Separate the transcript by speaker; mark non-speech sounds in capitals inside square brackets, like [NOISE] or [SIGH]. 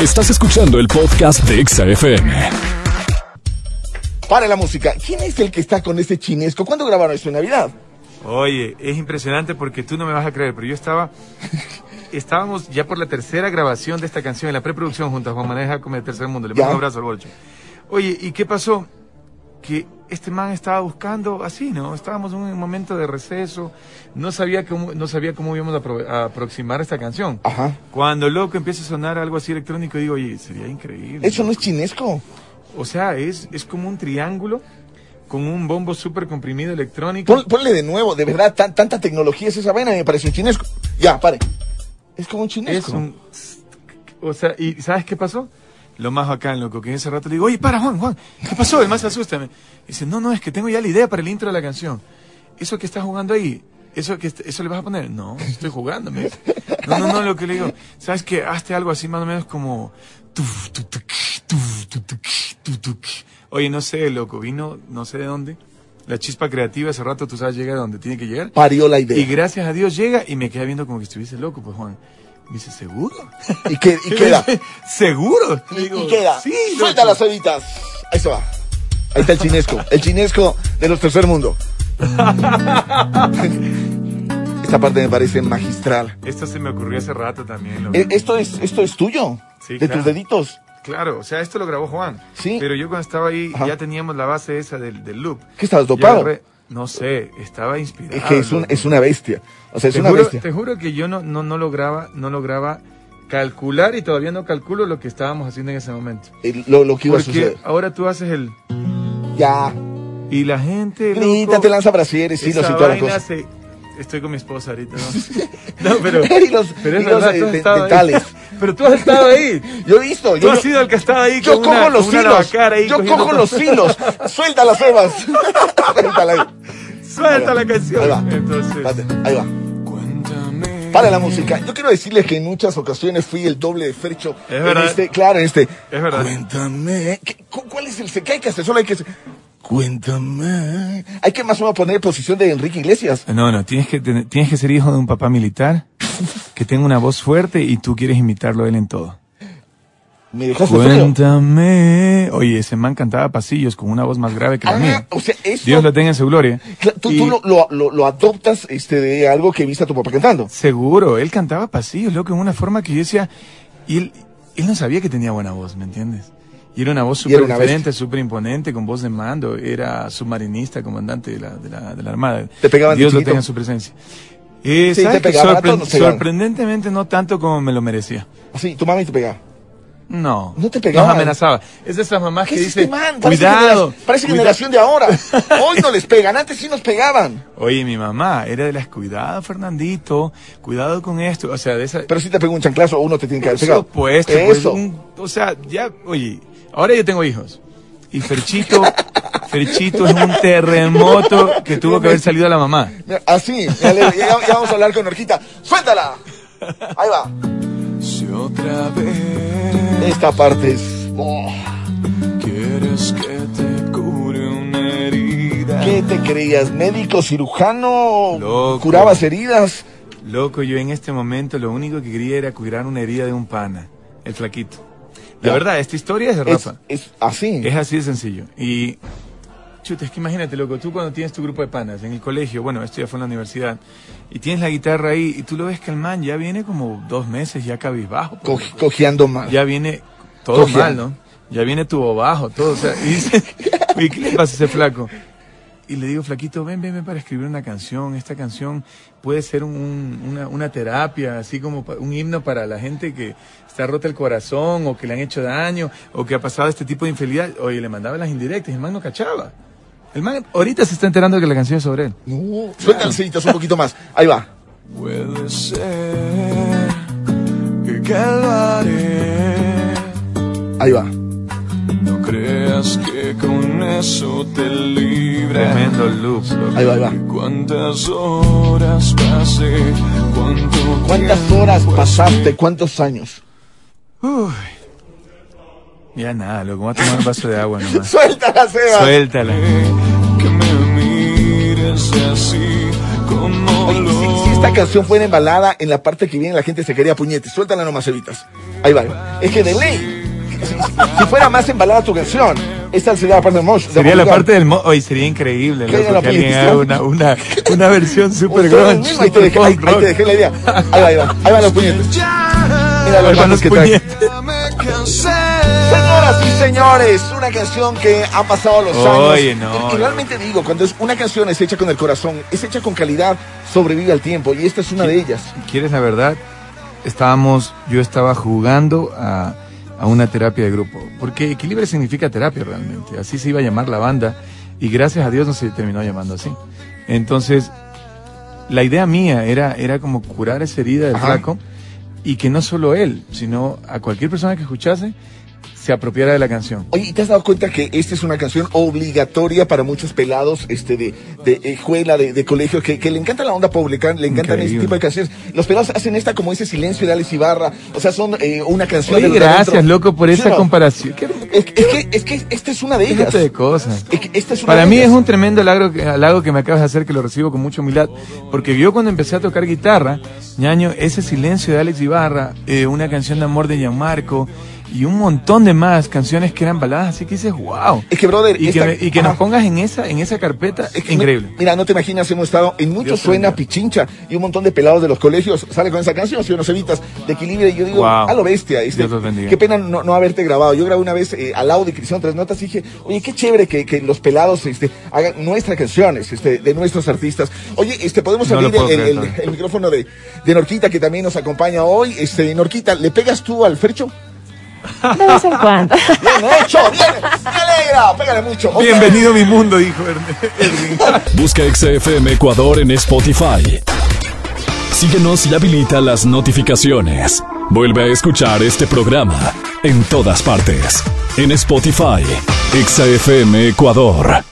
Speaker 1: Estás escuchando el podcast de Exa FM.
Speaker 2: Para la música, ¿quién es el que está con ese chinesco? ¿Cuándo grabaron eso en Navidad?
Speaker 3: Oye, es impresionante porque tú no me vas a creer, pero yo estaba. Estábamos ya por la tercera grabación de esta canción en la preproducción junto a Juan Manuel Jacome de Tercer Mundo. Le mando
Speaker 2: Ya.
Speaker 3: un abrazo al Borcho. Oye, ¿y qué pasó? Que este man estaba buscando así, ¿no? Estábamos en un momento de receso, no sabía cómo, no sabía cómo íbamos a, apro- a aproximar esta canción.
Speaker 2: Ajá.
Speaker 3: Cuando loco empieza a sonar algo así electrónico, digo, oye, sería increíble.
Speaker 2: Eso no es chinesco.
Speaker 3: O sea, es, es como un triángulo con un bombo súper comprimido electrónico.
Speaker 2: Pon- ponle de nuevo, de verdad, tan- tanta tecnología es esa vaina, me parece un chinesco. Ya, pare. Es como un
Speaker 3: Es
Speaker 2: chinesco.
Speaker 3: un... O sea, ¿y sabes qué pasó? Lo más bacán, loco, que en ese rato le digo, oye, para, Juan, Juan, ¿qué pasó? El más se asusta. me- Dice, no, no, es que tengo ya la idea para el intro de la canción. Eso que estás jugando ahí, eso que est- eso le vas a poner. No, estoy jugando, me dice. No, no, no, lo que le digo, ¿sabes qué? Hazte algo así más o menos como... tuf, tu, tu, quish, tuf, tu, tu, quish, tu, tu, quish. Oye, no sé, loco, vino, no sé de dónde. La chispa creativa ese rato, tú sabes, llega de donde tiene que llegar.
Speaker 2: Parió la
Speaker 3: Y
Speaker 2: idea.
Speaker 3: gracias a Dios llega y me queda viendo como que estuviese loco, pues Juan. Me dice, ¿seguro?
Speaker 2: Y, que- y
Speaker 3: [LAUGHS]
Speaker 2: queda.
Speaker 3: ¿Seguro?
Speaker 2: Y,
Speaker 3: Le
Speaker 2: y
Speaker 3: digo,
Speaker 2: queda.
Speaker 3: Sí, loco".
Speaker 2: Suelta las cebitas. Ahí se va. Ahí está el chinesco. El chinesco de los tercer
Speaker 3: [LAUGHS]
Speaker 2: mundo. Esta parte me parece magistral.
Speaker 3: Esto se me ocurrió hace rato también. loco.
Speaker 2: E- Esto es, esto es tuyo.
Speaker 3: Sí,
Speaker 2: de
Speaker 3: claro.
Speaker 2: tus deditos.
Speaker 3: Claro, o sea, esto lo grabó Juan.
Speaker 2: Sí.
Speaker 3: Pero yo cuando estaba ahí
Speaker 2: Ajá.
Speaker 3: ya teníamos la base esa del, del loop.
Speaker 2: ¿Qué estabas
Speaker 3: Yo
Speaker 2: dopado?
Speaker 3: agarré- no sé, estaba inspirado.
Speaker 2: Es que es, un-
Speaker 3: loco.
Speaker 2: es una bestia. O sea, es
Speaker 3: Ah, te,
Speaker 2: una
Speaker 3: juro,
Speaker 2: bestia.
Speaker 3: te juro que yo no, no, no lograba, no lograba calcular y todavía no calculo lo que estábamos haciendo en ese momento.
Speaker 2: El- Eh, Lo, lo que iba a
Speaker 3: Porque
Speaker 2: suceder.
Speaker 3: ahora tú haces el...
Speaker 2: Ya.
Speaker 3: Y la gente... loco,
Speaker 2: Grita, te lanza brasieres, hilos
Speaker 3: Esa
Speaker 2: y toda la
Speaker 3: vaina
Speaker 2: cosa.
Speaker 3: se- Estoy con mi esposa ahorita, ¿no? [LAUGHS] No, pero.
Speaker 2: [LAUGHS] Y los-
Speaker 3: pero es
Speaker 2: y los,
Speaker 3: verdad, tú
Speaker 2: eh,
Speaker 3: has
Speaker 2: de-
Speaker 3: estado ahí.
Speaker 2: dentales.
Speaker 3: [LAUGHS] Pero tú has estado ahí.
Speaker 2: Yo he visto.
Speaker 3: Tú
Speaker 2: Yo,
Speaker 3: has sido el que estaba ahí.
Speaker 2: yo
Speaker 3: con
Speaker 2: cojo
Speaker 3: una- con
Speaker 2: los
Speaker 3: una
Speaker 2: hilos.
Speaker 3: lavacara ahí
Speaker 2: yo
Speaker 3: cogiendo
Speaker 2: cojo
Speaker 3: todo.
Speaker 2: los hilos. Suelta las
Speaker 3: [LAUGHS]
Speaker 2: hebas. Suéltala ahí.
Speaker 3: Suelta la
Speaker 2: Ahí
Speaker 3: canción.
Speaker 2: va.
Speaker 3: Entonces.
Speaker 2: Espérate, Ahí va.
Speaker 3: Cuéntame.
Speaker 2: Para la música. Yo quiero decirles que en muchas ocasiones fui el doble de Fercho.
Speaker 3: Es verdad.
Speaker 2: En este, claro, en este.
Speaker 3: Es verdad.
Speaker 2: Cuéntame. ¿Qué- cu- ¿Cuál es el se- qué hay que hacer? Solo hay que hacer- Cuéntame. Hay que más o menos poner posición de Enrique Iglesias.
Speaker 3: No, no, tienes que, tener- tienes que ser hijo de un papá militar que tenga una voz fuerte y tú quieres imitarlo a él en todo.
Speaker 2: Me dejaste frío.
Speaker 3: Cuéntame. Oye, ese man cantaba pasillos con una voz más grave que la
Speaker 2: Ah,
Speaker 3: mía.
Speaker 2: o sea, eso-
Speaker 3: Dios lo tenga en su gloria.
Speaker 2: Cla- Tú,
Speaker 3: Y-
Speaker 2: tú lo, lo- lo- lo adoptas este, de algo que viste a tu papá cantando.
Speaker 3: Seguro, él cantaba pasillos, loco, en una forma que yo decía, y él, él no sabía que tenía buena voz, ¿me entiendes? Y era una voz
Speaker 2: Y era
Speaker 3: súper
Speaker 2: una
Speaker 3: diferente, súper imponente, con voz de mando, era submarinista, comandante de la, de la, de la Armada.
Speaker 2: Te pegaban de
Speaker 3: Dios lo
Speaker 2: chiquito.
Speaker 3: tenga en su presencia. Eh,
Speaker 2: Sí,
Speaker 3: ¿sabes
Speaker 2: te
Speaker 3: qué?
Speaker 2: pegaban, a todos
Speaker 3: Sorpre-
Speaker 2: nos pegaban.
Speaker 3: sorprendentemente no tanto como me lo merecía.
Speaker 2: Así, tu mami te pegaba.
Speaker 3: No.
Speaker 2: No te pegaban.
Speaker 3: Nos amenazaba. Es de esas mamás
Speaker 2: ¿Qué
Speaker 3: que
Speaker 2: es este
Speaker 3: dicen,
Speaker 2: man? Parece
Speaker 3: cuidado.
Speaker 2: genera- parece
Speaker 3: cuida-".
Speaker 2: generación de
Speaker 3: [LAUGHS]
Speaker 2: ahora. Hoy no les pegan, antes sí nos pegaban.
Speaker 3: Oye, mi mamá era de las, cuidado Fernandito, cuidado con esto. O sea, de esa,
Speaker 2: Pero si te pegó un chanclazo, uno te tiene que
Speaker 3: Por
Speaker 2: haber pegado.
Speaker 3: supuesto, pues,
Speaker 2: Eso.
Speaker 3: un- o sea, ya, oye, ahora yo tengo hijos.
Speaker 2: [LAUGHS]
Speaker 3: Y Ferchito, Ferchito es un terremoto que tuvo que haber salido a la mamá.
Speaker 2: Mira, Así, ya, le- ya- ya vamos a hablar con Orquita. ¡Suéltala! Ahí va.
Speaker 3: Si otra vez
Speaker 2: Esta parte es. oh,
Speaker 3: quieres que te cure una herida.
Speaker 2: ¿Qué te creías? ¿Médico, cirujano?
Speaker 3: Loco.
Speaker 2: ¿Curabas heridas?
Speaker 3: Loco, yo en este momento lo único que quería era curar una herida de un pana, el flaquito. La
Speaker 2: Ya.
Speaker 3: verdad, esta historia es de
Speaker 2: Es,
Speaker 3: Rafa.
Speaker 2: es así.
Speaker 3: Es así de sencillo. Y, chuta, es que imagínate, loco, tú cuando tienes tu grupo de panas en el colegio, bueno, esto ya fue en la universidad, y tienes la guitarra ahí, y tú lo ves que el man ya viene como dos meses ya cabizbajo. pues,
Speaker 2: Co- cojeando mal.
Speaker 3: ya viene todo
Speaker 2: Cogiendo.
Speaker 3: mal, ¿no? Ya viene tubo bajo, todo. O sea, y [LAUGHS] dice, "Uy, ¿qué le pasa a ese flaco? Y le digo, flaquito, ven, ven, ven para escribir una canción. Esta canción puede ser un- un- una, una terapia, así como pa- un himno para la gente que está rota el corazón o que le han hecho daño o que ha pasado este tipo de infidelidad. Oye, le mandaba las indirectas, el man no cachaba. El man ahorita se está enterando de que la canción es sobre él.
Speaker 2: No, suelta las cebitas un poquito más. Ahí va.
Speaker 3: Puede ser que quedaré
Speaker 2: Ahí va.
Speaker 3: No creas que con eso te libre. Tremendo loop,
Speaker 2: Ahí va, ahí va.
Speaker 3: ¿Cuántas horas pasé? ¿Cuánto
Speaker 2: ¿Cuántas horas pasaste? ¿Cuántos años?
Speaker 3: Ya nada, loco, voy a tomar un vaso de [LAUGHS] agua nomás.
Speaker 2: ¡Suéltala, Sebas!
Speaker 3: Suéltala.
Speaker 4: que me mires así como
Speaker 2: Oye, si,
Speaker 4: lo
Speaker 2: si Esta canción fue embalada en la parte que viene la gente se quería puñetes. Suéltala nomás, Evitas. Ahí va. Es que de ley. Si fuera más embalada tu canción, esta sería la parte de Mosh. de
Speaker 3: Sería la
Speaker 2: Mosh.
Speaker 3: parte del... mo- Oye, sería increíble,
Speaker 2: ¿Qué era
Speaker 3: loco,
Speaker 2: la
Speaker 3: que alguien haga
Speaker 2: petición?
Speaker 3: una, una,
Speaker 2: [LAUGHS]
Speaker 3: una versión super
Speaker 2: Ustedes
Speaker 3: grunge.
Speaker 2: mismos, Ahí te dejé- ahí-
Speaker 3: punk
Speaker 2: ahí te
Speaker 3: rock.
Speaker 2: dejé la idea. Ahí va, ahí va. Ahí van los puñetes. Mira los
Speaker 3: Ahí van
Speaker 2: manos
Speaker 3: los
Speaker 2: que traen.
Speaker 3: puñetes.
Speaker 2: [LAUGHS] Señoras y señores, una canción que ha pasado los
Speaker 3: Oye,
Speaker 2: años.
Speaker 3: no,
Speaker 2: Y- y, realmente digo, cuando es una canción es hecha con el corazón, es hecha con calidad, sobrevive al tiempo. Y esta es una de ellas.
Speaker 3: ¿Quieres la verdad? Estábamos, yo estaba jugando a, a una terapia de grupo, porque equilibrio significa terapia realmente, así se iba a llamar la banda, y gracias a Dios no se terminó llamando así. Entonces, la idea mía era, era como curar esa herida del
Speaker 2: Ajá.
Speaker 3: flaco, y que no solo él, sino a cualquier persona que escuchase, se apropiara de la canción.
Speaker 2: Oye, ¿y te has dado cuenta que esta es una canción obligatoria para muchos pelados este, de, de escuela, de, de colegio, que, que le encanta la onda pública, le encantan este
Speaker 3: Increíble.
Speaker 2: tipo de canciones? Los pelados hacen esta como ese silencio de Alex Ibarra, o sea, son eh, una canción
Speaker 3: Oye,
Speaker 2: de los de
Speaker 3: gracias,
Speaker 2: adentro.
Speaker 3: loco, por
Speaker 2: ¿Sí
Speaker 3: esa
Speaker 2: o no?
Speaker 3: comparación. Qué
Speaker 2: Es, es que, es que esta es una de ellas.
Speaker 3: fíjate de cosas.
Speaker 2: Es que esta es una
Speaker 3: Para
Speaker 2: de
Speaker 3: mí es
Speaker 2: ellas.
Speaker 3: un tremendo halago, que- halago que me acabas de hacer, que lo recibo con mucha humildad, porque yo cuando empecé a tocar guitarra, ñaño, ese silencio de Alex Ibarra, eh, una canción de amor de Gianmarco y un montón de más canciones que eran baladas, así que dices, wow.
Speaker 2: Es que, brother,
Speaker 3: y que,
Speaker 2: esta-
Speaker 3: me- y que nos
Speaker 2: Ajá.
Speaker 3: pongas en esa, en esa carpeta,
Speaker 2: Es que
Speaker 3: Eh, increíble.
Speaker 2: no- mira, no te imaginas, hemos estado en mucho
Speaker 3: Dios te
Speaker 2: suena
Speaker 3: bendiga.
Speaker 2: pichincha y un montón de pelados de los colegios sale con esa canción, si unos evitas de equilibrio. Y yo digo,
Speaker 3: Wow.
Speaker 2: a lo bestia, este,
Speaker 3: Dios los bendiga.
Speaker 2: qué pena no, no haberte grabado. Yo grabé una vez eh, al lado de Cristian Tres Notas y dije, oye, qué chévere que, que los pelados este, hagan nuestras canciones este, de nuestros artistas. Oye, este, podemos
Speaker 3: No lo
Speaker 2: abrir
Speaker 3: puedo
Speaker 2: el,
Speaker 3: creer,
Speaker 2: el-
Speaker 3: Tony.
Speaker 2: el micrófono de, de Norquita que también nos acompaña hoy. Este, Norquita, ¿le pegas tú al
Speaker 3: [LAUGHS]
Speaker 2: Fercho?
Speaker 4: De vez en cuando.
Speaker 2: Bien hecho, bien, me alegra, pégale mucho. Ok.
Speaker 3: Bienvenido a mi mundo, dijo Erne- Erwin.
Speaker 1: Busca XFM Ecuador en Spotify. Síguenos y habilita las notificaciones. Vuelve a escuchar este programa en todas partes. En Spotify, XFM Ecuador.